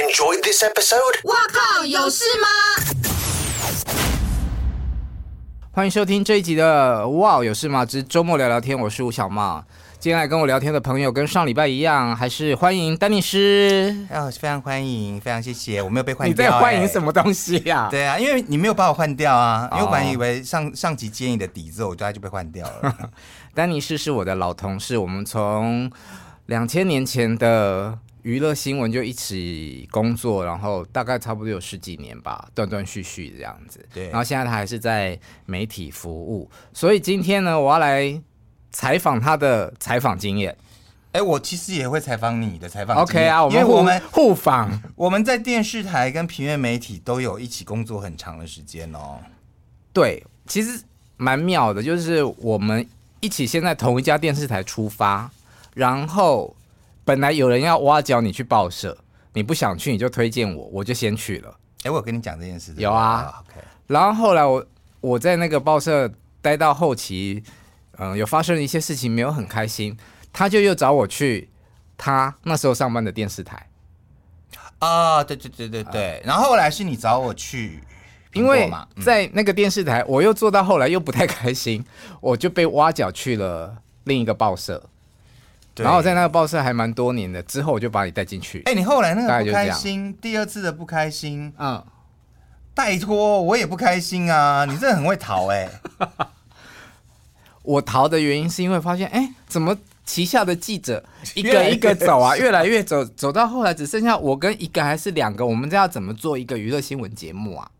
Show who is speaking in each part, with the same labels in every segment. Speaker 1: enjoyed this episode?
Speaker 2: 哇靠，有事吗？
Speaker 3: 欢迎收听这一集的《哇有事吗之周末聊聊天》，我是吴小茂。今天来跟我聊天的朋友跟上礼拜一样，还是欢迎丹尼师。
Speaker 4: 啊，非常欢迎，非常谢谢，我没有被换
Speaker 3: 你
Speaker 4: 掉、
Speaker 3: 在欢迎
Speaker 4: 哎
Speaker 3: 什？么东西呀、
Speaker 4: 对啊，因为你没有把我换掉啊，因为我本来
Speaker 3: 哦
Speaker 4: 以为上上集接你的底之后，我大概就被换掉 了。
Speaker 3: 丹尼士是我的老同事，我们从两千年前的娱乐新闻就一起工作，然后大概差不多有十几年吧，断断续续这样子。
Speaker 4: 对
Speaker 3: 然后现在他还是在媒体服务，所以今天呢，我要来采访他的采访经验。
Speaker 4: 哎、我其实也会采访你的采访经
Speaker 3: OK
Speaker 4: 验
Speaker 3: 啊，我
Speaker 4: 因为
Speaker 3: 们互
Speaker 4: 我们
Speaker 3: 互访。
Speaker 4: 我们在电视台跟平面媒体都有一起工作很长的时间哦。
Speaker 3: 对，其实蛮妙的，就是我们一起先在同一家电视台出发，然后本来有人要挖角你去报社，你不想去，你就推荐我，我就先去了。
Speaker 4: 哎、我有跟你讲这件事对不对
Speaker 3: 有啊
Speaker 4: ，OK，
Speaker 3: 然后后来我我在那个报社待到后期，嗯、有发生了一些事情，没有很开心，他就又找我去他那时候上班的电视台，
Speaker 4: 啊，对对对对对。然后后来是你找我去苹
Speaker 3: 因
Speaker 4: 果
Speaker 3: 为
Speaker 4: 嘛，嗯
Speaker 3: 在那个电视台，我又做到后来又不太开心，我就被挖角去了另一个报社。
Speaker 4: 对
Speaker 3: 然后我在那个报社还蛮多年的，之后我就把你带进去。
Speaker 4: 哎、你后来那
Speaker 3: 大概
Speaker 4: 个
Speaker 3: 就
Speaker 4: 不
Speaker 3: 这
Speaker 4: 开
Speaker 3: 样
Speaker 4: 心，第二次的不开心，
Speaker 3: 嗯，
Speaker 4: 拜托，我也不开心啊！你真的很会逃哎、
Speaker 3: 我逃的原因是因为发现，哎，怎么旗下的记者一
Speaker 4: 越来
Speaker 3: 个
Speaker 4: 越
Speaker 3: 一个走啊，越来越走，走到后来只剩下我跟一个还是两个，我们这要怎么做一个娱乐新闻节目啊？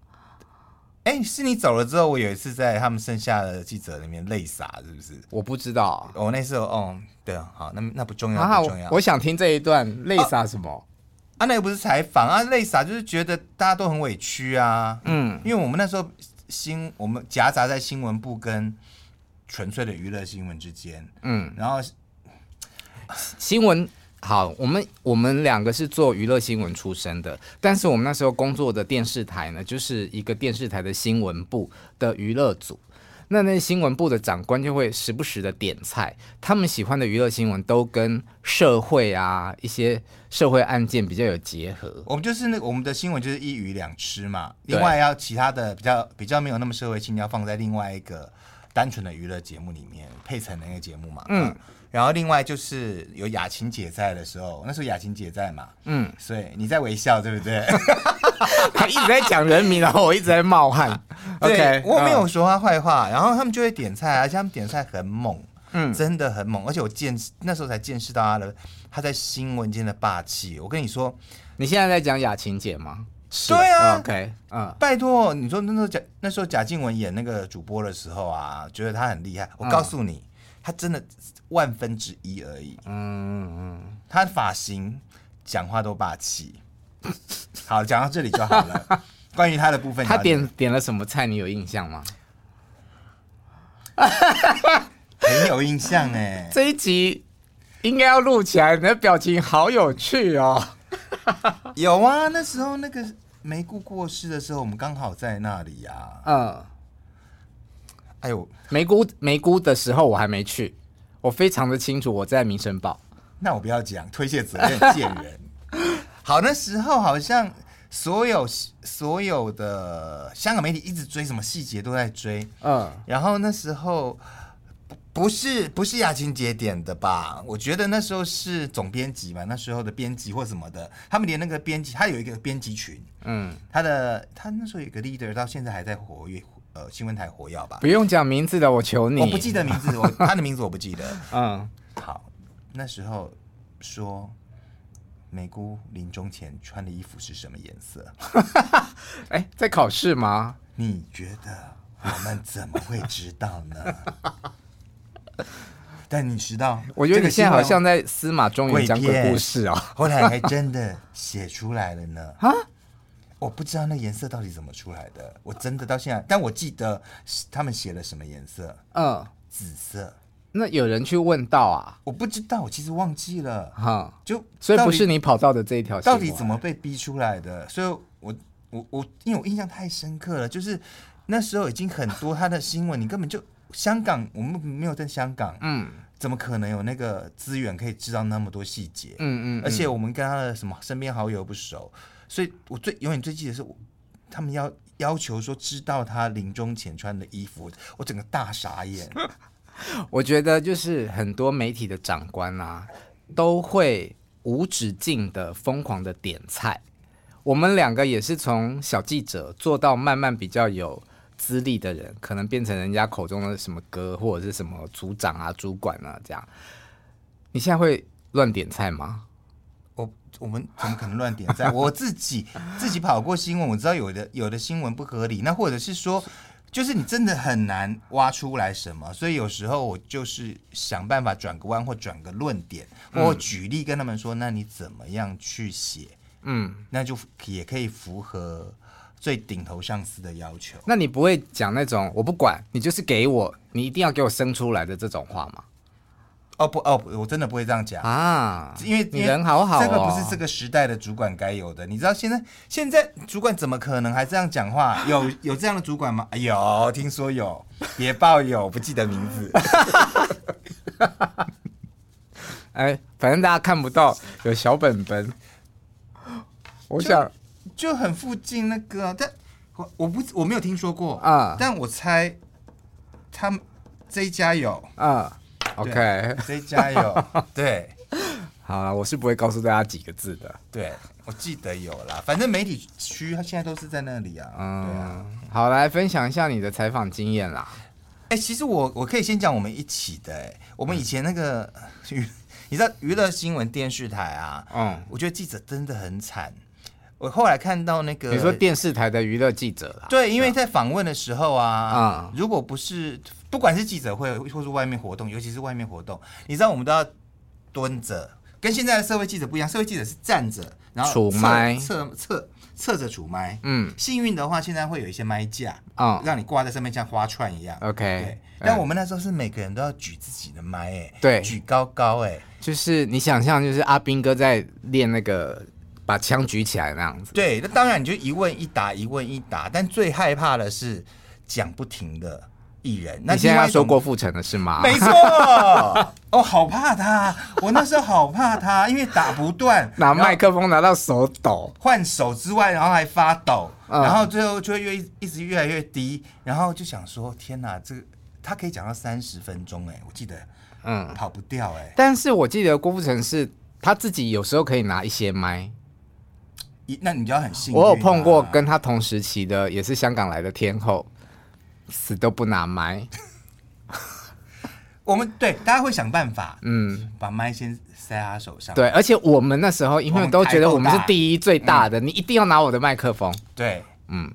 Speaker 4: 哎、是你走了之后，我有一次在他们剩下的记者里面泪洒，是不是？
Speaker 3: 我不知道啊
Speaker 4: 我、那时候，哦，对啊，好，那那不重要，
Speaker 3: 啊，
Speaker 4: 不重要。
Speaker 3: 我想听这一段泪洒什么？
Speaker 4: 啊，那个不是采访啊，泪洒就是觉得大家都很委屈啊，
Speaker 3: 嗯，
Speaker 4: 因为我们那时候新，我们夹杂在新闻部跟纯粹的娱乐新闻之间，
Speaker 3: 嗯，
Speaker 4: 然后
Speaker 3: 新闻。好，我们我们两个是做娱乐新闻出身的，但是我们那时候工作的电视台呢，就是一个电视台的新闻部的娱乐组。那那新闻部的长官就会时不时的点菜，他们喜欢的娱乐新闻都跟社会啊一些社会案件比较有结合。
Speaker 4: 我们就是那我们的新闻就是一鱼两吃嘛，
Speaker 3: 对
Speaker 4: 另外要其他的比较比较没有那么社会性，要放在另外一个单纯的娱乐节目里面配成那个节目嘛。嗯，然后另外就是有雅琴姐在的时候，那时候雅琴姐在嘛，
Speaker 3: 嗯，
Speaker 4: 所以你在微笑对 不对
Speaker 3: 他一直在讲人名，然啊后我一直在冒 汗。
Speaker 4: 对
Speaker 3: OK，
Speaker 4: 我没有
Speaker 3: 嗯
Speaker 4: 说她坏话，然后他们就会点菜啊，而且他们点菜很猛。
Speaker 3: 嗯
Speaker 4: 真的很猛，而且我见识那时候才见识到她的她在新闻间的霸气。我跟你说，
Speaker 3: 你现在在讲雅琴姐吗？是
Speaker 4: 对啊
Speaker 3: ，OK，嗯，
Speaker 4: 拜托，你说那时候贾那时候贾静雯演那个主播的时候啊，觉得她很厉害。我告诉你，她真的万分之一而已。嗯嗯，她发型、讲话都霸气。 好，讲到这里就好了。关于她的部分，
Speaker 3: 她点点了什么菜，你有印象吗？
Speaker 4: 很有印象 哎、
Speaker 3: 这一集应该要录起来，你的表情好有趣哦。
Speaker 4: 有啊，那时候那个梅姑过世的时候，我们刚好在那里啊。
Speaker 3: 嗯，
Speaker 4: 哎呦，
Speaker 3: 梅姑梅姑的时候我还没去，我非常的清楚，我在民生报。
Speaker 4: 那我不要讲，推卸责任，贱人。 好，那时候好像所有所有的香港媒体一直追什么细节都在追，
Speaker 3: 嗯，
Speaker 4: 然后那时候不不是不是雅琴姐点的吧？我觉得那时候是总编辑嘛，那时候的编辑或什么的，他们连那个编辑，他有一个编辑群，
Speaker 3: 嗯，
Speaker 4: 他的他那时候有一个 leader 到现在还在活跃，呃，新闻台活跃吧
Speaker 3: 不。用讲名字的，我求你。
Speaker 4: 我不记得名字，我 他的名字我不记得。
Speaker 3: 嗯，
Speaker 4: 好，那时候说梅姑临终前穿的衣服是什么颜色？
Speaker 3: 哎、在考试吗？
Speaker 4: 你觉得我们怎么会知道呢？ 但你知道，
Speaker 3: 我觉得
Speaker 4: 这
Speaker 3: 你
Speaker 4: 个
Speaker 3: 现在
Speaker 4: 新闻
Speaker 3: 好像在司马中原讲鬼故事哦。
Speaker 4: 后来还真的写出来了呢。
Speaker 3: 啊，
Speaker 4: 我不知道那颜色到底怎么出来的，我真的到现在，但我记得是他们写了什么颜色，
Speaker 3: 嗯，
Speaker 4: 紫色，
Speaker 3: 那有人去问到啊，
Speaker 4: 我不知道，我其实忘记了，
Speaker 3: 哈、
Speaker 4: 就
Speaker 3: 啊所以不
Speaker 4: 到底
Speaker 3: 是你跑到的这一条线。
Speaker 4: 到底怎么？被逼出来的？所以我我我，因为我印象太深刻了，就是那时候已经很多他的新闻，你根本就香港，我们没有在香港，
Speaker 3: 嗯，
Speaker 4: 怎么可能有那个资源可以知道那么多细节？
Speaker 3: 嗯嗯，
Speaker 4: 而且我们跟他的什么身边好友又不熟，所以我最永远最记得是我他们要要求说知道他临终前穿的衣服，我整个大傻眼。
Speaker 3: 我觉得就是很多媒体的长官啊，都会无止境的疯狂的点菜。我们两个也是从小记者做到慢慢比较有资历的人，可能变成人家口中的什么哥或者是什么组长啊、主管啊这样。你现在会乱点菜吗？
Speaker 4: 我我们怎么可能乱点赞？我自己自己跑过新闻，我知道有的有的新闻不合理，那或者是说，就是你真的很难挖出来什么，所以有时候我就是想办法转个弯或转个论点，或举例跟他们说，那你怎么样去写，
Speaker 3: 嗯，
Speaker 4: 那就也可以符合最顶头上司的要求。
Speaker 3: 那你不会讲那种我不管你就是给我，你一定要给我生出来的这种话吗？
Speaker 4: 哦不哦，我真的不会这样讲。
Speaker 3: 啊，
Speaker 4: 因为
Speaker 3: 你人好好、哦，
Speaker 4: 这个不是这个时代的主管该有的。你知道现在现在主管怎么可能还这样讲话？有 有这样的主管吗？哎有，听说有，别报有，不记得名字。
Speaker 3: 哎，反正大家看不到有小本本。我想
Speaker 4: 就很附近那个啊，但我我不我没有听说过
Speaker 3: 啊
Speaker 4: 但我猜他们这一家有，
Speaker 3: 啊，OK，
Speaker 4: 这一家 有，对
Speaker 3: 好了，我是不会告诉大家几个字的。
Speaker 4: 对，我记得有啦。反正媒体区它现在都是在那里啊，对啊。
Speaker 3: 嗯，好，来分享一下你的采访经验啦。
Speaker 4: 哎、其实我我可以先讲我们一起的、哎，我们以前那个娱，你知道娱乐新闻电视台啊，
Speaker 3: 嗯，
Speaker 4: 我觉得记者真的很惨。我后来看到那个，
Speaker 3: 你说电视台的娱乐记者啦，
Speaker 4: 对，因为在访问的时候啊，
Speaker 3: 啊
Speaker 4: 如果不是不管是记者会或是外面活动，尤其是外面活动，你知道我们都要蹲着，跟现在的社会记者不一样，社会记者是站着，然
Speaker 3: 杵
Speaker 4: 后侧
Speaker 3: 麦
Speaker 4: 侧侧侧着杵麦。
Speaker 3: 嗯
Speaker 4: 幸运的话，现在会有一些麦架，
Speaker 3: 嗯
Speaker 4: 让你挂在上面像花串一样。
Speaker 3: ，OK，
Speaker 4: 对，但
Speaker 3: 嗯
Speaker 4: 我们那时候是每个人都要举自己的麦、欸，哎，
Speaker 3: 对
Speaker 4: 举高高、欸，哎，
Speaker 3: 就是你想象就是阿兵哥在练那个把枪举起来那样子。
Speaker 4: 对，那当然你就一问一答，一问一答，但最害怕的是讲不停的艺人。那
Speaker 3: 你现在
Speaker 4: 另外
Speaker 3: 要
Speaker 4: 一种
Speaker 3: 说郭富城的是吗？
Speaker 4: 没错，哦，好怕他，我那时候好怕他， 因为打不断，
Speaker 3: 拿麦克风拿到手抖，
Speaker 4: 换手之外，然后还发抖，
Speaker 3: 嗯
Speaker 4: 然后最后就会越一直越来越低，然后就想说，天哪，这个他可以讲到三十分钟，哎，我记得
Speaker 3: 嗯，
Speaker 4: 跑不掉、哎。
Speaker 3: 但是我记得郭富城是他自己有时候可以拿一些麦，
Speaker 4: 一那你就要很幸运、啊
Speaker 3: 我有碰过跟他同时期的，也是香港来的天后，死都不拿麦。
Speaker 4: 我们对大家会想办法，
Speaker 3: 嗯，
Speaker 4: 把麦先塞他手上。
Speaker 3: 对，而且我们那时候因
Speaker 4: 我
Speaker 3: 为
Speaker 4: 们
Speaker 3: 都觉得
Speaker 4: 台够
Speaker 3: 我们是
Speaker 4: 大
Speaker 3: 第一最大的，你一定要拿我的麦克风。
Speaker 4: 对，
Speaker 3: 嗯，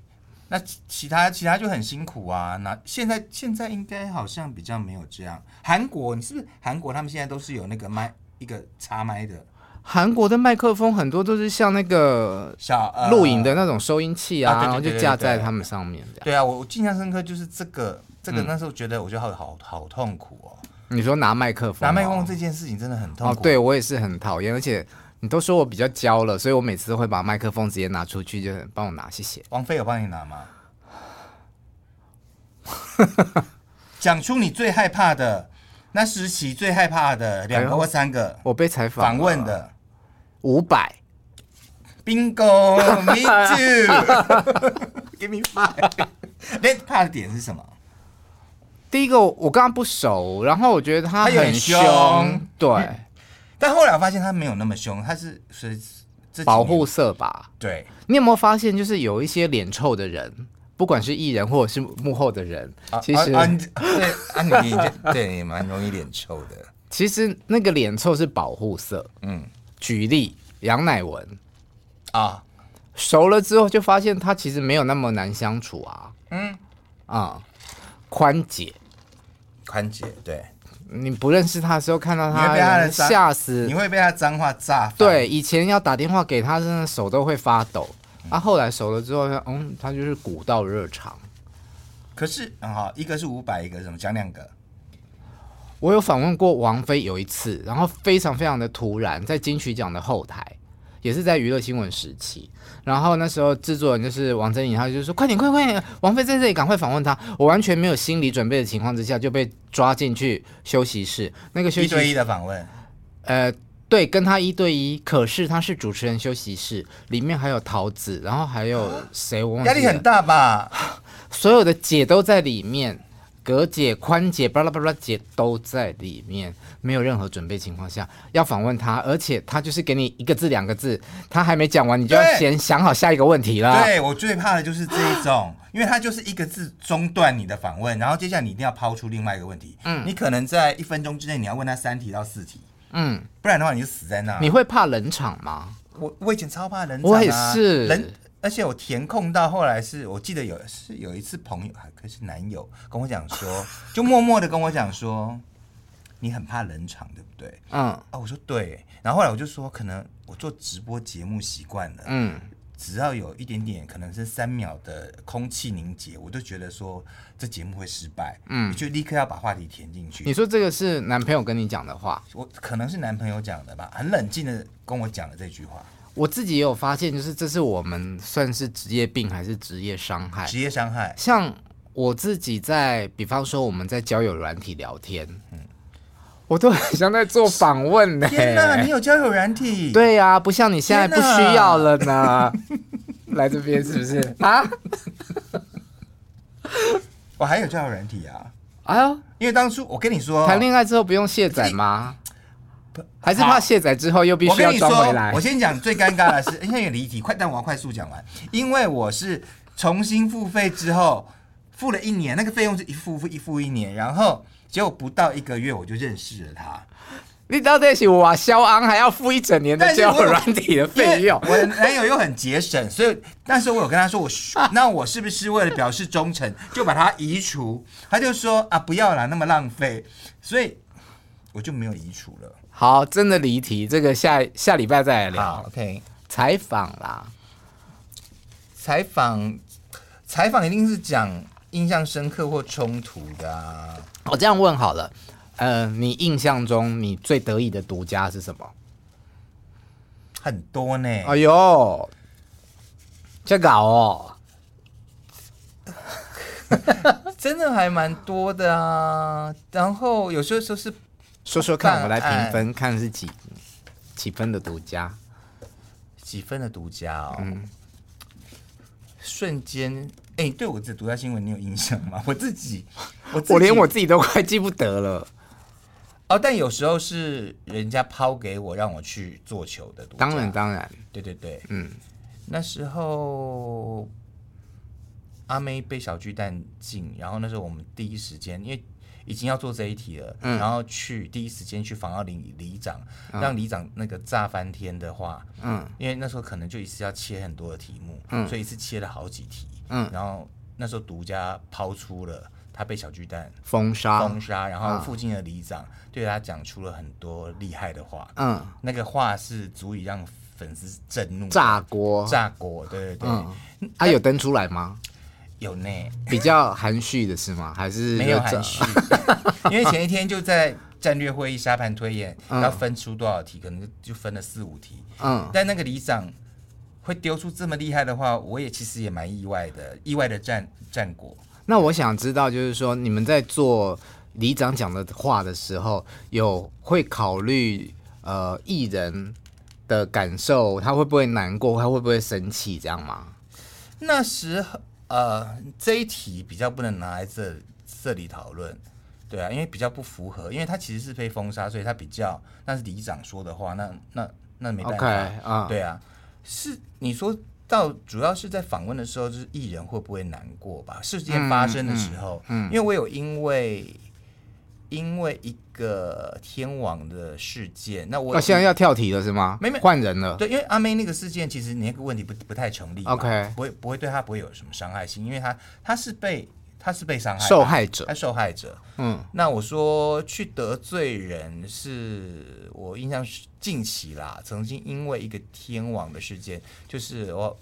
Speaker 4: 那其其他其他就很辛苦啊。那现在现在应该好像比较没有这样。韩国你是不是韩国他们现在都是有那个麦一个插麦的
Speaker 3: 韩国的麦克风很多都是像那个
Speaker 4: 小呃
Speaker 3: 录影的那种收音器啊，
Speaker 4: 啊对对
Speaker 3: 然后就
Speaker 4: 对对
Speaker 3: 架
Speaker 4: 对
Speaker 3: 在
Speaker 4: 对
Speaker 3: 他们上面这样。
Speaker 4: 对啊，我我印象深刻就是这个这
Speaker 3: 嗯
Speaker 4: 个那时候觉得我觉得好好好痛苦哦，
Speaker 3: 你说拿麦克风哦，
Speaker 4: 拿麦克风这件事情真的很痛
Speaker 3: 哦
Speaker 4: 苦。，
Speaker 3: 对我也是很讨厌，而且你都说我比较娇了，所以我每次都会把麦克风直接拿出去，就是帮我拿，谢谢。
Speaker 4: 王菲有帮你拿吗？ 讲出你最害怕的那时期最害怕的两
Speaker 3: 哎
Speaker 4: 个
Speaker 3: 呦
Speaker 4: 或三个
Speaker 3: 我被采访
Speaker 4: 访问
Speaker 3: 了
Speaker 4: 的。
Speaker 3: 五百，
Speaker 4: Bingo, me too. Give me five. 那怕的点是什么？
Speaker 3: 第一个我我跟他不熟，然后我觉得他
Speaker 4: 他有点
Speaker 3: 很凶
Speaker 4: 凶，嗯
Speaker 3: 对，
Speaker 4: 但后来我发现他没有那么凶，他是是这几年
Speaker 3: 保护色吧。
Speaker 4: 对
Speaker 3: 你有没有发现，就是有一些脸臭的人，不管是艺人或者是幕后的人，
Speaker 4: 啊
Speaker 3: 其实、
Speaker 4: 啊啊你 对啊你你对你蛮容易脸臭的，
Speaker 3: 其实那个脸臭是保护色。
Speaker 4: 嗯
Speaker 3: 举例，杨乃文
Speaker 4: 啊
Speaker 3: 熟了之后，就发现他其实没有那么难相处啊。
Speaker 4: 嗯
Speaker 3: 啊、宽姐，
Speaker 4: 宽姐对，
Speaker 3: 你不认识他的时候看到
Speaker 4: 你会被他的脏
Speaker 3: 吓
Speaker 4: 你
Speaker 3: 死。
Speaker 4: 会被他脏话炸翻
Speaker 3: 对，以前要打电话给他，真的手都会发抖。啊，后来熟了之后，嗯，他就是古道热肠。
Speaker 4: 可是嗯好，一个是五百，一个是什么？讲两个
Speaker 3: 我有访问过王菲有一次，然后非常非常的突然，在金曲奖的后台，也是在娱乐新闻时期。然后那时候制作人就是王珍妮，他就说快点快点，王菲在这里，赶快访问她。我完全没有心理准备的情况之下就被抓进去休息室，那个休
Speaker 4: 一
Speaker 3: 息室
Speaker 4: 对一的访问，
Speaker 3: 呃，对，跟他一对一，可是他是主持人休息室，里面还有桃子，然后还有谁？我忘记
Speaker 4: 压力很
Speaker 3: 了，
Speaker 4: 大吧？
Speaker 3: 所有的姐都在里面，葛姐、宽姐、巴拉巴拉姐都在里面，没有任何准备情况下要访问他，而且他就是给你一个字、两个字，他还没讲完，你就要
Speaker 4: 对
Speaker 3: 先想好下一个问题啦。
Speaker 4: 对我最怕的就是这一种，因为它就是一个字中断你的访问，然后接下来你一定要抛出另外一个问题。嗯，你可能在一分钟之内你要问他三题到四题，
Speaker 3: 嗯，
Speaker 4: 不然的话你就死在那。
Speaker 3: 你会怕冷场吗？
Speaker 4: 我我以前超怕冷场、啊，
Speaker 3: 我也是
Speaker 4: 人，而且我填空到后来是我记得有是有一次朋友还可是男友跟我讲说，就默默的跟我讲说，你很怕冷场，对不对？
Speaker 3: 嗯
Speaker 4: 啊，我说对，然后后来我就说，可能我做直播节目习惯了，
Speaker 3: 嗯，
Speaker 4: 只要有一点点可能是三秒的空气凝结，我都觉得说这节目会失败，嗯，你就立刻要把话题填进去
Speaker 3: 你。说这个是男朋友跟你讲的话，
Speaker 4: 我可能是男朋友讲的吧，很冷静的跟我讲了这句话，
Speaker 3: 我自己也有发现，就是这是我们算是职业病还是职业伤害？
Speaker 4: 职业伤害。
Speaker 3: 像我自己在，比方说我们在交友软体聊天，嗯我都很像在做访问呢、
Speaker 4: 天哪，你有交友软体？，
Speaker 3: 对呀、不像你现在不需要了呢。来这边是不是啊？
Speaker 4: 我还有交友软体啊，
Speaker 3: 哎呦，
Speaker 4: 因为当初我跟你说
Speaker 3: 谈恋爱之后不用卸载吗？还是怕卸载之后又必
Speaker 4: 我
Speaker 3: 须要
Speaker 4: 跟你
Speaker 3: 装
Speaker 4: 说
Speaker 3: 回，来
Speaker 4: 我？先讲最尴尬的 是，因为有离题，快，但我要快速讲完，因为我是重新付费之后付了一年，那个费用是一付付一付一年，然后结果不到一个月我就认识了他，
Speaker 3: 你到底是我肖昂还要付一整年的
Speaker 4: 但是
Speaker 3: 交
Speaker 4: 我
Speaker 3: 友软体的费用？
Speaker 4: 因为我男友又很节省，所以那时候我有跟他说，我
Speaker 3: 啊
Speaker 4: 那我是不是为了表示忠诚就把它移除？他就说啊，不要啦，那么浪费，所以我就没有移除了。
Speaker 3: 好，真的离题，这个下下礼拜再来聊
Speaker 4: ，OK，
Speaker 3: 采访啦。
Speaker 4: 采访采访一定是讲印象深刻或冲突的啊。
Speaker 3: 我哦这样问好了，呃，你印象中你最得意的独家是什么？
Speaker 4: 很多呢、
Speaker 3: 哎呦，这搞哦，
Speaker 4: 真的还蛮多的啊。然后有时候就是
Speaker 3: 说说看，
Speaker 4: 办
Speaker 3: 我来评
Speaker 4: 案
Speaker 3: 分，看是几几分的独家。
Speaker 4: 几分的独家哦，
Speaker 3: 嗯
Speaker 4: 瞬间，哎、对我自己独家新闻你有印象吗？ 我自己，我自己
Speaker 3: 我连我自己都快记不得了。
Speaker 4: 哦，但有时候是人家抛给我让我去做球的独家，
Speaker 3: 当然，当然，
Speaker 4: 对对对，
Speaker 3: 嗯，
Speaker 4: 那时候阿妹被小巨蛋禁，然后那时候我们第一时间，因为已经要做这一题了，
Speaker 3: 嗯
Speaker 4: 然后去第一时间去访到里里长，让里长那个炸翻天的话，
Speaker 3: 嗯，
Speaker 4: 因为那时候可能就一次要切很多的题目，所以一次切了好几题，
Speaker 3: 嗯
Speaker 4: 然后那时候独家抛出了他被小巨蛋
Speaker 3: 封杀
Speaker 4: 封，杀，然
Speaker 3: 啊
Speaker 4: 后附近的里长对他讲出了很多厉害的话，
Speaker 3: 嗯，
Speaker 4: 那个话是足以让粉丝震怒的
Speaker 3: 炸锅，
Speaker 4: 炸锅，对对对，
Speaker 3: 嗯，啊，有登出来吗？
Speaker 4: 有呢，
Speaker 3: 比较含蓄的是吗？还是
Speaker 4: 没有
Speaker 3: 就这
Speaker 4: 含蓄， 因为前一天就在战略会议沙盘推演，要分出多少题，可能就分了四五题，
Speaker 3: 嗯，
Speaker 4: 但那个里长会丢出这么厉害的话，我也其实也蛮意外的，意外的战战果。
Speaker 3: 那我想知道，就是说你们在做里长讲的话的时候，有会考虑呃艺人的感受，他会不会难过，他会不会生气，这样吗？
Speaker 4: 那时候呃，这一题比较不能拿来这这里讨论，对啊，因为比较不符合，因为他其实是被封杀，所以他比较那是里长说的话，那那那没办法
Speaker 3: OK，啊
Speaker 4: 对啊，是你说到主要是在访问的时候，就是艺人会不会难过吧？事件发生的时候，嗯，因为我有因为。因为一个天王的事件，那我
Speaker 3: 那、哦现在要跳题了是吗？
Speaker 4: 没没
Speaker 3: 换人了。
Speaker 4: 对，因为阿妹那个事件，其实你那个问题不不太成立嘛
Speaker 3: OK
Speaker 4: 不会不会对她不会有什么伤害性，因为她她是被她是被伤害
Speaker 3: 受
Speaker 4: 吧
Speaker 3: 害者
Speaker 4: 她受害者。
Speaker 3: 嗯，
Speaker 4: 那我说去得罪人是我印象是近期啦，曾经因为一个天网的事件，就是我。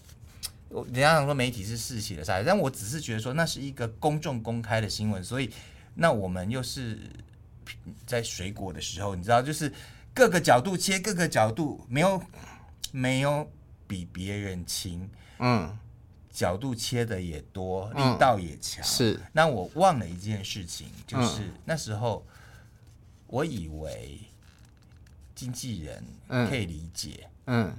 Speaker 4: 我人家想说媒体是嗜血的杀，但我只是觉得说那是一个公众公开的新闻，所以那我们又是在水果的时候，你知道，就是各个角度切各个角度，没有没有比别人轻，
Speaker 3: 嗯，
Speaker 4: 角度切的也多，
Speaker 3: 嗯
Speaker 4: 力道也强。
Speaker 3: 是，
Speaker 4: 那我忘了一件事情，就
Speaker 3: 嗯
Speaker 4: 是、那时候我以为经纪人
Speaker 3: 嗯
Speaker 4: 可以理解，
Speaker 3: 嗯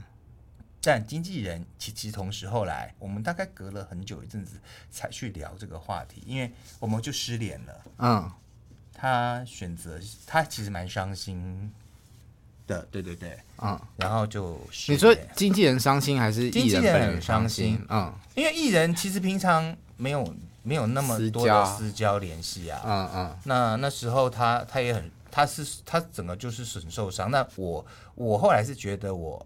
Speaker 4: 但经纪人其其实同时后来我们大概隔了很久一阵子才去聊这个话题，因为我们就失联了。
Speaker 3: 嗯
Speaker 4: 他选择他其实蛮伤心的，对对对，
Speaker 3: 嗯。
Speaker 4: 然后就失
Speaker 3: 你说
Speaker 4: 联
Speaker 3: 经纪人伤心还是
Speaker 4: 经
Speaker 3: 艺
Speaker 4: 纪
Speaker 3: 人
Speaker 4: 人
Speaker 3: 本
Speaker 4: 很
Speaker 3: 伤
Speaker 4: 伤
Speaker 3: 心
Speaker 4: 心？
Speaker 3: 嗯
Speaker 4: 因为艺人其实平常没有没有那么
Speaker 3: 私
Speaker 4: 多
Speaker 3: 交
Speaker 4: 的私交联系啊。
Speaker 3: 嗯嗯
Speaker 4: 那那时候他他也很，他是他整个就是很受伤。那我我后来是觉得我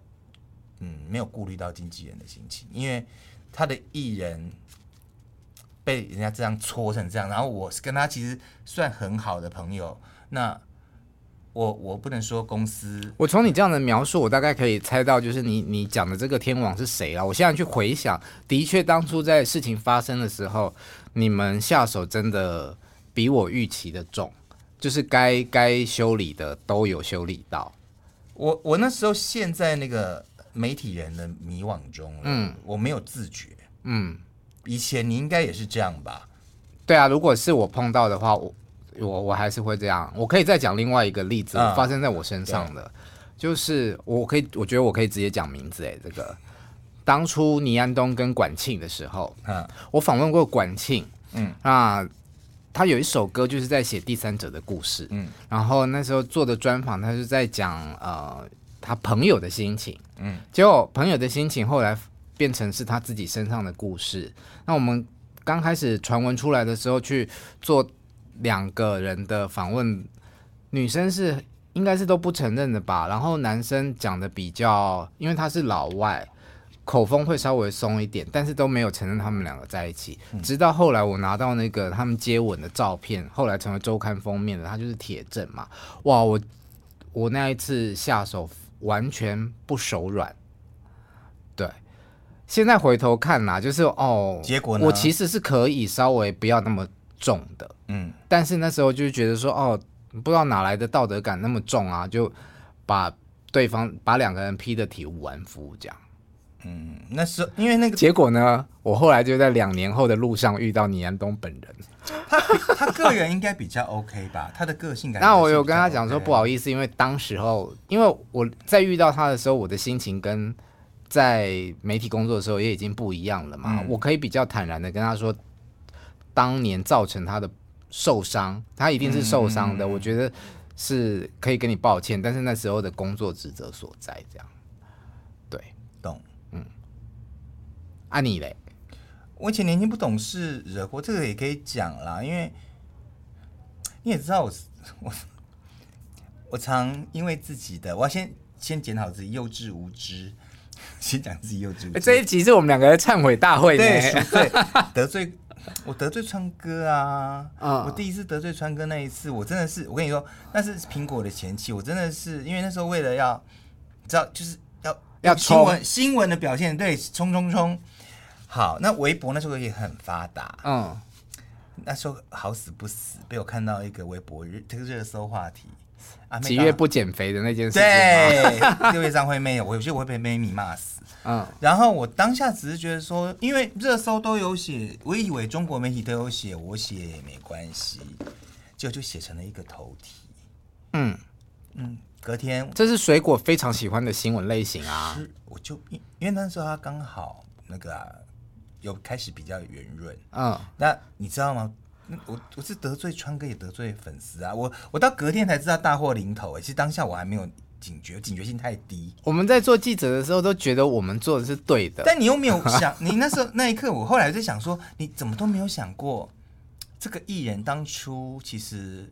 Speaker 4: 嗯没有顾虑到经纪人的心情，因为他的艺人被人家这样戳成这样，然后我是跟他其实算很好的朋友，那我我不能说公司
Speaker 3: 我从你这样的描述，我大概可以猜到，就是你你讲的这个天王是谁啊了。我现在去回想，的确当初在事情发生的时候，你们下手真的比我预期的重，就是该该修理的都有修理到。
Speaker 4: 我我那时候陷在那个媒体人的迷惘中了，嗯，我没有自觉。
Speaker 3: 嗯，
Speaker 4: 以前你应该也是这样吧？
Speaker 3: 对啊，如果是我碰到的话，我我我还是会这样。我可以再讲另外一个例子，
Speaker 4: 嗯
Speaker 3: 发生在我身上的，就是我可以，我觉得我可以直接讲名字哎，这个当初倪安东跟管庆的时候，
Speaker 4: 嗯
Speaker 3: 我访问过管庆，嗯
Speaker 4: 嗯，
Speaker 3: 那他有一首歌就是在写第三者的故事，嗯
Speaker 4: 嗯，
Speaker 3: 然后那时候做的专访，他是在讲呃他朋友的心情，嗯
Speaker 4: 嗯，
Speaker 3: 结果朋友的心情后来变成是他自己身上的故事。那我们刚开始传闻出来的时候去做两个人的访问，女生是应该是都不承认的吧，然后男生讲的比较，因为他是老外。口风会稍微松一点，但是都没有承认他们两个在一起。
Speaker 4: 嗯
Speaker 3: 直到后来我拿到那个他们接吻的照片，后来成为周刊封面的，他就是铁证嘛。哇，我我那一次下手完全不手软。对，现在回头看啦，就是哦，
Speaker 4: 结果呢
Speaker 3: 我其实是可以稍微不要那么重的，
Speaker 4: 嗯，
Speaker 3: 但是那时候就是觉得说，哦，不知道哪来的道德感那么重啊，就把对方把两个人劈得体无完肤这样。
Speaker 4: 那时候因为那个
Speaker 3: 结果呢，我后来就在两年后的路上遇到倪安东本人。
Speaker 4: 他比他个人应该比较 OK 吧，他的个性感觉
Speaker 3: 那
Speaker 4: 是
Speaker 3: 我有
Speaker 4: 比
Speaker 3: 跟
Speaker 4: 较
Speaker 3: 他讲说
Speaker 4: OK
Speaker 3: 不好意思，因为当时候，因为我在遇到他的时候，我的心情跟在媒体工作的时候也已经不一样了嘛。
Speaker 4: 嗯
Speaker 3: 我可以比较坦然的跟他说，当年造成他的受伤，他一定是受伤
Speaker 4: 嗯
Speaker 3: 的。我觉得是可以跟你抱歉，但是那时候的工作职责所在，这样。对，
Speaker 4: 懂。
Speaker 3: 啊你嘞，
Speaker 4: 我以前年轻不懂事，惹过这个也可以讲啦，因为你也知道我是我我常因为自己的，我要先先检讨自己幼稚无知，先讲自己幼稚无知。
Speaker 3: 哎这一集是我们两个的忏悔大会
Speaker 4: 哎对，
Speaker 3: 呢。
Speaker 4: 赎罪得罪我得罪川哥啊！
Speaker 3: 嗯
Speaker 4: 我第一次得罪川哥那一次，我真的是我跟你说，那是苹果的前期，我真的是因为那时候为了要，你知道就是要
Speaker 3: 要
Speaker 4: 新
Speaker 3: 冲啊
Speaker 4: 闻新闻的表现，对，冲冲冲！好，那微博那时候也很发达，
Speaker 3: 嗯，
Speaker 4: 那时候好死不死被我看到一个微博热这个热搜话题，啊，妹
Speaker 3: 几
Speaker 4: 刚
Speaker 3: 月不减肥的那件事情吗。
Speaker 4: 对，六月张惠妹，我有些我会被妹迷骂死。
Speaker 3: 嗯
Speaker 4: 然后我当下只是觉得说，因为热搜都有写，我以为中国媒体都有写，我写也没关系，结果就写成了一个头题。
Speaker 3: 嗯。
Speaker 4: 嗯，隔天
Speaker 3: 这是水果非常喜欢的新闻类型啊。
Speaker 4: 是我就因因为那时候他刚好那个、啊、有开始比较圆润，
Speaker 3: 嗯，
Speaker 4: 那你知道吗？那我我是得罪川哥也得罪粉丝啊，我我到隔天才知道大祸临头、欸，其实当下我还没有警觉，警觉性太低。
Speaker 3: 我们在做记者的时候都觉得我们做的是对的，
Speaker 4: 但你又没有想，你那时候那一刻，我后来就想说，你怎么都没有想过，这个艺人当初其实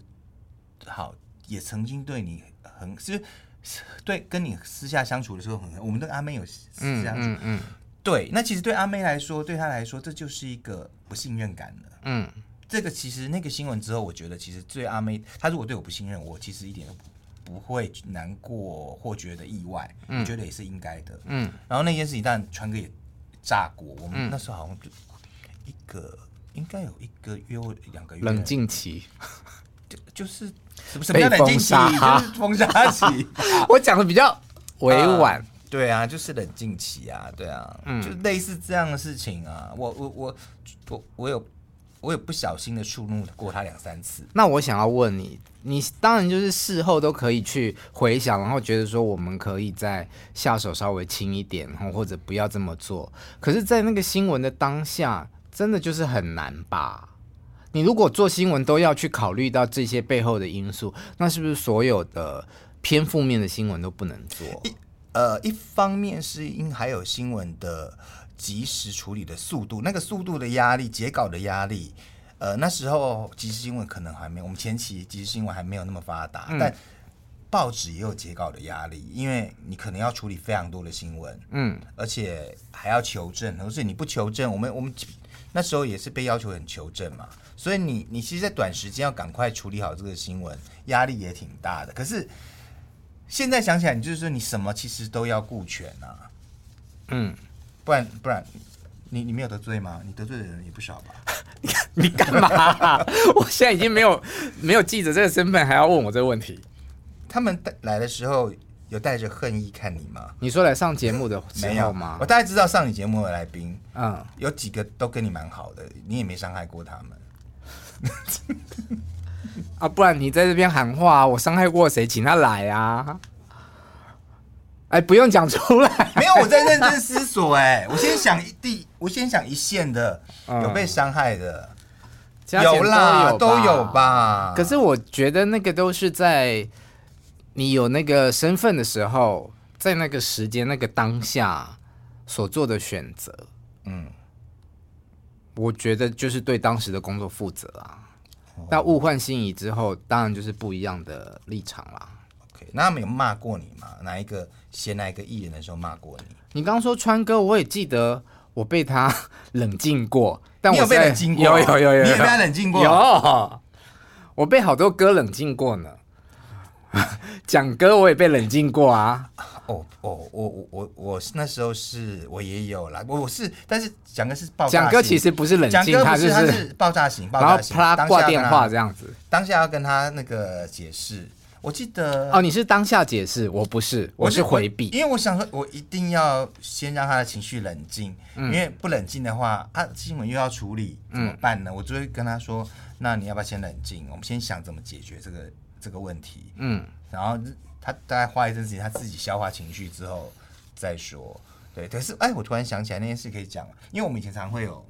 Speaker 4: 好也曾经对你很，就是对跟你私下相处的时候很，我们对阿妹有私
Speaker 3: 嗯
Speaker 4: 下相处，
Speaker 3: 嗯嗯
Speaker 4: 对，那其实对阿妹来说，对她来说，这就是一个不信任感了。
Speaker 3: 嗯，
Speaker 4: 这个其实那个新闻之后，我觉得其实对阿妹，她如果对我不信任，我其实一点都不不会难过或觉得意外，我觉得也是应该的。
Speaker 3: 嗯，
Speaker 4: 然后那件事情，当然川哥也炸锅，我们那时候好像就一个应该有一个月或两个月，
Speaker 3: 冷静期。
Speaker 4: 就就是什么什么叫冷静期，
Speaker 3: 被封杀
Speaker 4: 就是封杀期。
Speaker 3: 我讲的比较委婉，嗯
Speaker 4: 对啊，就是冷静期啊，对啊，就类似这样的事情啊。我我我我我有我有不小心的触怒过他两三次。
Speaker 3: 那我想要问你，你当然就是事后都可以去回想，然后觉得说我们可以再下手稍微轻一点，然后或者不要这么做。可是，在那个新闻的当下，真的就是很难吧？你如果做新闻都要去考虑到这些背后的因素，那是不是所有的偏负面的新闻都不能做？
Speaker 4: 呃，一方面是因还有新闻的及时处理的速度，那个速度的压力、截稿的压力，呃，那时候即时新闻可能还没有，我们前期即时新闻还没有那么发达，但报纸也有截稿的压力，因为你可能要处理非常多的新闻，
Speaker 3: 嗯，
Speaker 4: 而且还要求证，而是你不求证，我们我们那时候也是被要求很求证嘛，所以你你其实，在短时间要赶快处理好这个新闻，压力也挺大的。可是现在想起来，你就是说你什么其实都要顾全啊，
Speaker 3: 嗯，
Speaker 4: 不然不然你你没有得罪吗？你得罪的人也不少吧？
Speaker 3: 你干嘛、我现在已经没有没有记者这个身份，还要问我这个问题？
Speaker 4: 他们带来的时候有带着恨意看你吗？
Speaker 3: 你说来上节目的时
Speaker 4: 没
Speaker 3: 候
Speaker 4: 有
Speaker 3: 吗
Speaker 4: 我？大概知道上你节目的来宾
Speaker 3: 嗯，
Speaker 4: 有几个都跟你蛮好的，你也没伤害过他们。
Speaker 3: 啊，不然你在这边喊话，啊我伤害过谁，请他来啊！哎，不用讲出来，
Speaker 4: 没有，我在认真思索、哎，我先想一第，我先想一线的
Speaker 3: 嗯
Speaker 4: 有被伤害的，
Speaker 3: 加减
Speaker 4: 有啦，
Speaker 3: 都
Speaker 4: 都有。吧。
Speaker 3: 可是我觉得那个都是在你有那个身份的时候，在那个时间、那个当下所做的选择，
Speaker 4: 嗯，
Speaker 3: 我觉得就是对当时的工作负责啊。那物换星移之后，当然就是不一样的立场啦。
Speaker 4: ，OK，那他们有骂过你吗？哪一个写哪一个艺人的时候骂过你？
Speaker 3: 你刚说川哥，我也记得我被他 冷静过，但
Speaker 4: 你
Speaker 3: 我
Speaker 4: 有被
Speaker 3: 在
Speaker 4: 冷静过
Speaker 3: 有有有有，
Speaker 4: 你有被他
Speaker 3: 有
Speaker 4: 冷静过
Speaker 3: 有，我被好多歌冷静过呢。 讲歌我也被冷静过啊，
Speaker 4: 哦哦，我我我我那时候是我也有啦，我我是，但是讲的是爆炸
Speaker 3: 讲
Speaker 4: 型。
Speaker 3: 歌其实不是冷
Speaker 4: 讲
Speaker 3: 静，
Speaker 4: 哥
Speaker 3: 他
Speaker 4: 不
Speaker 3: 就是
Speaker 4: 他是爆炸型，爆
Speaker 3: 然后
Speaker 4: 炸型。
Speaker 3: 啪啦
Speaker 4: 当下
Speaker 3: 挂
Speaker 4: 要跟
Speaker 3: 电
Speaker 4: 他
Speaker 3: 话这样子。
Speaker 4: 当下要跟他那个解释。我记得
Speaker 3: 哦，你是当下解释，我不是，我是回避。
Speaker 4: 因为我想说，我一定要先让他的情绪冷静，
Speaker 3: 嗯
Speaker 4: 因为不冷静的话，啊，新闻又要处理，怎么办
Speaker 3: 嗯
Speaker 4: 呢？我就会跟他说，那你要不要先冷静？我们先想怎么解决这个这个问题。
Speaker 3: 嗯，
Speaker 4: 然后他大概花一阵子，他自己消化情绪之后再说。对，可是哎，我突然想起来那件事可以讲，因为我们以前常会有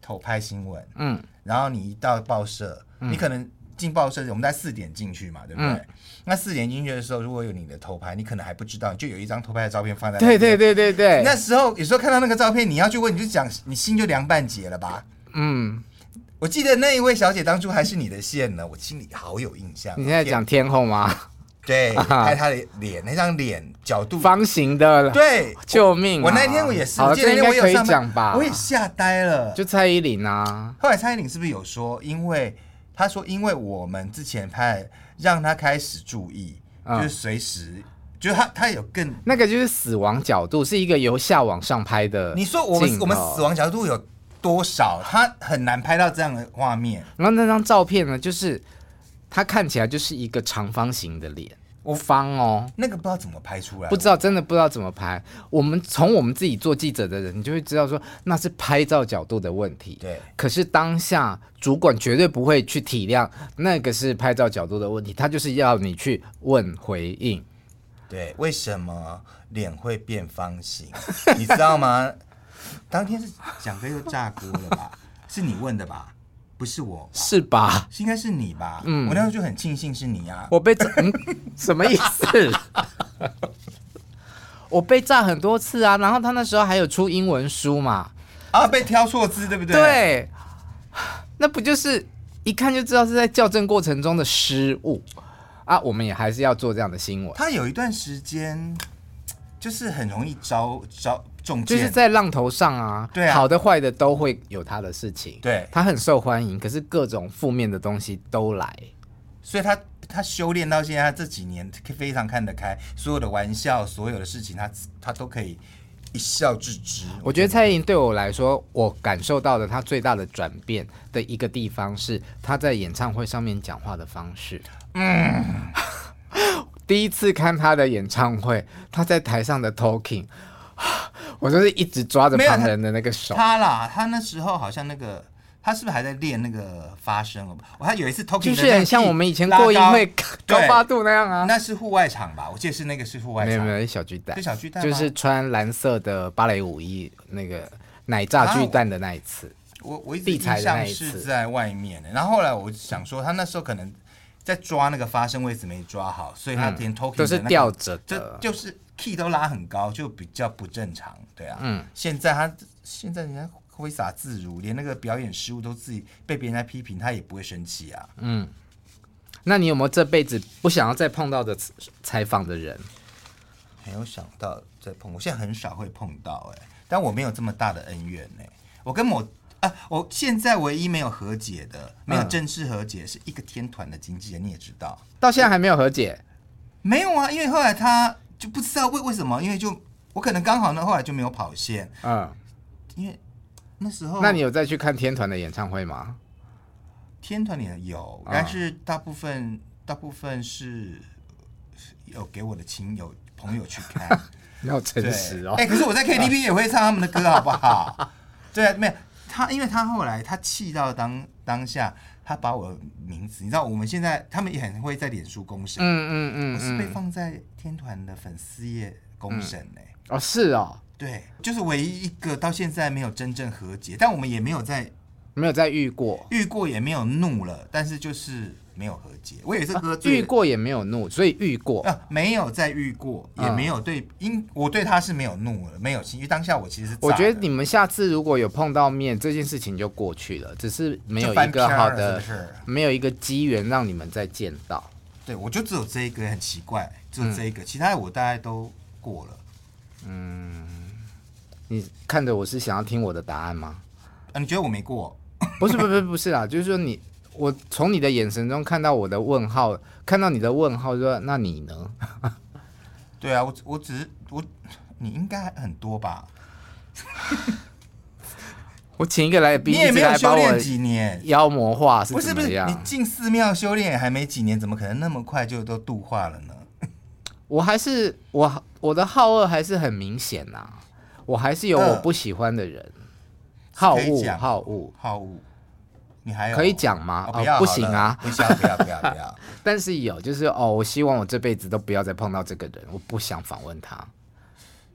Speaker 4: 偷拍新闻，
Speaker 3: 嗯，
Speaker 4: 然后你一到报社，你可能进报社，我们在四点进去嘛，对不对？
Speaker 3: 嗯
Speaker 4: 那四点进去的时候，如果有你的偷拍，你可能还不知道，你就有一张偷拍的照片放在那
Speaker 3: 对对。
Speaker 4: 边
Speaker 3: 对对对，
Speaker 4: 那时候有时候看到那个照片，你要去问，你就讲，你心就凉半截了吧？
Speaker 3: 嗯，
Speaker 4: 我记得那一位小姐当初还是你的线呢，我心里好有印象。
Speaker 3: 你现在讲天后吗？
Speaker 4: 对，
Speaker 3: 啊
Speaker 4: 拍她的脸，那张脸角度，
Speaker 3: 方形的，
Speaker 4: 对，
Speaker 3: 救命啊！
Speaker 4: 我那天我也是，
Speaker 3: 好
Speaker 4: 我
Speaker 3: 了，
Speaker 4: 记得
Speaker 3: 这
Speaker 4: 那
Speaker 3: 应
Speaker 4: 天我
Speaker 3: 该
Speaker 4: 有
Speaker 3: 可以
Speaker 4: 上班
Speaker 3: 讲吧？
Speaker 4: 我也吓呆了。
Speaker 3: 就蔡依林啊，
Speaker 4: 后来蔡依林是不是有说，因为她说，因为我们之前拍，让她开始注意，
Speaker 3: 嗯
Speaker 4: 就是随时，就是她她有更，
Speaker 3: 那个就是死亡角度，是一个由下往上拍的。
Speaker 4: 你说我
Speaker 3: 啊
Speaker 4: 们我们死，亡角度有多少？她很难拍到这样的画面。
Speaker 3: 然后那张照片呢，就是它看起来就是一个长方形的脸，方哦，
Speaker 4: 那个不知道怎么拍出来，
Speaker 3: 不知道真的不知道怎么拍。我们从我们自己做记者的人，你就会知道说那是拍照角度的问题。
Speaker 4: 对，
Speaker 3: 可是当下主管绝对不会去体谅那个是拍照角度的问题，他就是要你去问回应。
Speaker 4: 对，为什么脸会变方形？ 你知道吗？当天是蒋哥又炸锅了吧？ 是你问的吧？不是我，
Speaker 3: 是吧？
Speaker 4: 是应该是你吧？我那时候就很庆幸是你啊。
Speaker 3: 嗯 我被炸、嗯，什么意思？ 我被炸很多次啊，然后他那时候还有出英文书嘛，
Speaker 4: 啊，被挑错字，对不对？
Speaker 3: 对，， 那不就是一看就知道是在校正过程中的失误啊？我们也还是要做这样的新闻，
Speaker 4: 他有一段时间就是很容易招招中
Speaker 3: 就
Speaker 4: 箭，
Speaker 3: 是在浪头上啊，
Speaker 4: 对啊
Speaker 3: 好的坏的都会有他的事情，
Speaker 4: 对
Speaker 3: 他很受欢迎，可是各种负面的东西都来，
Speaker 4: 所以他他修炼到现在，他这几年非常看得开，所有的玩笑，所有的事情，他他都可以一笑置之。
Speaker 3: 我觉得蔡依林对我来说，我感受到的她最大的转变的一个地方是她在演唱会上面讲话的方式。嗯， 第一次看他的演唱会，他在台上的 talking，我就是一直抓着
Speaker 4: 没有
Speaker 3: 旁
Speaker 4: 他
Speaker 3: 人的那个手。
Speaker 4: 他啦，他那时候好像那个，他是不是还在练那个发声？我我还有一次 talking，
Speaker 3: 就是很像我们以前过音会高八度那样啊。
Speaker 4: 那是户外场吧？我记得是那个是户外
Speaker 3: 没有
Speaker 4: 场，
Speaker 3: 没有，小巨蛋，
Speaker 4: 是小巨蛋吗
Speaker 3: 就是穿蓝色的芭蕾舞衣，那个奶炸
Speaker 4: 啊
Speaker 3: 巨蛋的那一次。
Speaker 4: 我我一直
Speaker 3: 地才
Speaker 4: 印
Speaker 3: 的那
Speaker 4: 象
Speaker 3: 一
Speaker 4: 是
Speaker 3: 次
Speaker 4: 在外面欸的，然后后来我想说，他那时候可能在抓那个发声位置没抓好，所以他连 talking
Speaker 3: 嗯都
Speaker 4: 的
Speaker 3: 是
Speaker 4: 那个
Speaker 3: 吊着
Speaker 4: 这
Speaker 3: 的，
Speaker 4: 就是 key 都拉很高，就比较不正常，对啊。嗯，现在他现在人家挥洒自如，连那个表演失误都自己被别人家批评，他也不会生气啊。
Speaker 3: 嗯那你有没有这辈子不想要再碰到的采采访的人？
Speaker 4: 没有想到在碰，我现在很少会碰到哎、但我没有这么大的恩怨哎、我跟某啊，我现在唯一没有和解的，没
Speaker 3: 嗯
Speaker 4: 有正式和解，是一个天团的经纪人，你也知道。
Speaker 3: 到现在还没有和解，
Speaker 4: 没有啊，因为后来他就不知道为为什么，因为就我可能刚好呢，后来就没有跑线，
Speaker 3: 嗯，
Speaker 4: 因为那时候
Speaker 3: 那你有再去看天团的演唱会吗？
Speaker 4: 天团里有，
Speaker 3: 啊
Speaker 4: 但是大部分大部分是是有给我的亲友朋友去 看，
Speaker 3: 你好诚
Speaker 4: 对，
Speaker 3: 实哦
Speaker 4: 哎、，可是我在 KTV 也会唱他们的歌，好不好？对啊，没有他，因为他后来他气到当当下，他把我的名字，你知道我们现在他们也很会在脸书公审，
Speaker 3: 嗯
Speaker 4: 我
Speaker 3: 嗯
Speaker 4: 是
Speaker 3: 嗯
Speaker 4: 被
Speaker 3: 嗯，
Speaker 4: 放在天团的粉丝页公审呢、
Speaker 3: 哦是哦，
Speaker 4: 对，就是唯一一个到现在没有真正和解，但我们也没有在
Speaker 3: 没有再遇过，
Speaker 4: 遇过，也没有怒了，但是就是没有和解。我有一次喝醉了
Speaker 3: 啊遇过也没有怒，所以遇过，
Speaker 4: 啊，没有再遇过，也
Speaker 3: 嗯
Speaker 4: 没有对，因我对他是没有怒了，没有情，因为当下我其实是
Speaker 3: 我
Speaker 4: 炸
Speaker 3: 觉得
Speaker 4: 的
Speaker 3: 你们下次如果有碰到面，这件事情就过去了，只是没有
Speaker 4: 就翻
Speaker 3: 一
Speaker 4: 篇
Speaker 3: 个
Speaker 4: 儿
Speaker 3: 好
Speaker 4: 了
Speaker 3: 的，
Speaker 4: 是不是
Speaker 3: 没有一个机缘让你们再见到。
Speaker 4: 对我就只有这一个很奇怪，只
Speaker 3: 嗯
Speaker 4: 有这一个，其他的我大概都过了。
Speaker 3: 你看着我是想要听我的答案吗？
Speaker 4: 啊，你觉得我没过？
Speaker 3: 不是，不是，不是啦， 就是说你，我从你的眼神中看到我的问号，看到你的问号说，那你呢？
Speaker 4: 对啊，我只我只是我，你应该很多吧？
Speaker 3: 我请一个来宾
Speaker 4: 你
Speaker 3: 一
Speaker 4: 也
Speaker 3: 直
Speaker 4: 没有
Speaker 3: 来把
Speaker 4: 修
Speaker 3: 我
Speaker 4: 炼几年，
Speaker 3: 妖魔化是
Speaker 4: 不是
Speaker 3: 怎
Speaker 4: 不
Speaker 3: 么
Speaker 4: 是，你
Speaker 3: 样？
Speaker 4: 进寺庙修炼还没几年，怎么可能那么快就都度化了呢？
Speaker 3: 我还是我我的好恶还是很明显呐、我还是有我
Speaker 4: 嗯
Speaker 3: 不喜欢的人，好
Speaker 4: 可以
Speaker 3: 恶
Speaker 4: 讲
Speaker 3: 好恶，
Speaker 4: 好恶，你还有
Speaker 3: 可以讲吗？
Speaker 4: 哦
Speaker 3: 哦
Speaker 4: 不要
Speaker 3: 不
Speaker 4: 好
Speaker 3: 行
Speaker 4: 了
Speaker 3: 啊，
Speaker 4: 不要不要不要不 要，
Speaker 3: 但是有，就是哦，我希望我这辈子都不要再碰到这个人，我不想访问他。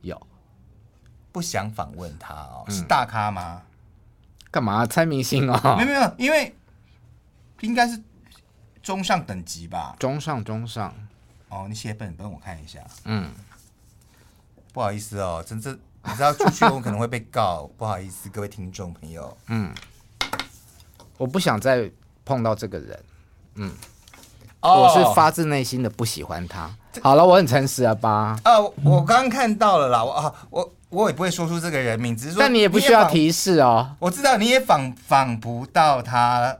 Speaker 3: 有
Speaker 4: 不想访问他哦，
Speaker 3: 嗯
Speaker 4: 是大咖吗？
Speaker 3: 干嘛猜明星哦
Speaker 4: 没有？没有，因为应该是中上等级吧。
Speaker 3: 中上中上，
Speaker 4: 哦，你写本本我看一下。
Speaker 3: 嗯，
Speaker 4: 不好意思哦，真正你知道出去我可能会被 告，不好意思各位听众朋友。
Speaker 3: 嗯我不想再碰到这个人，
Speaker 4: 哦
Speaker 3: 我是发自内心的不喜欢他。好了，我很诚实了吧？
Speaker 4: 啊，我我刚刚看到了啦，我啊我我也不会说出这个人名，只是说
Speaker 3: 但你也不需要
Speaker 4: 访，
Speaker 3: 提示哦。
Speaker 4: 我知道你也访访不到他，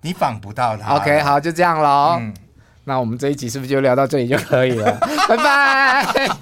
Speaker 4: 你访不到他。
Speaker 3: OK，。好，就这样喽。
Speaker 4: 嗯
Speaker 3: 那我们这一集是不是就聊到这里就可以了？拜拜。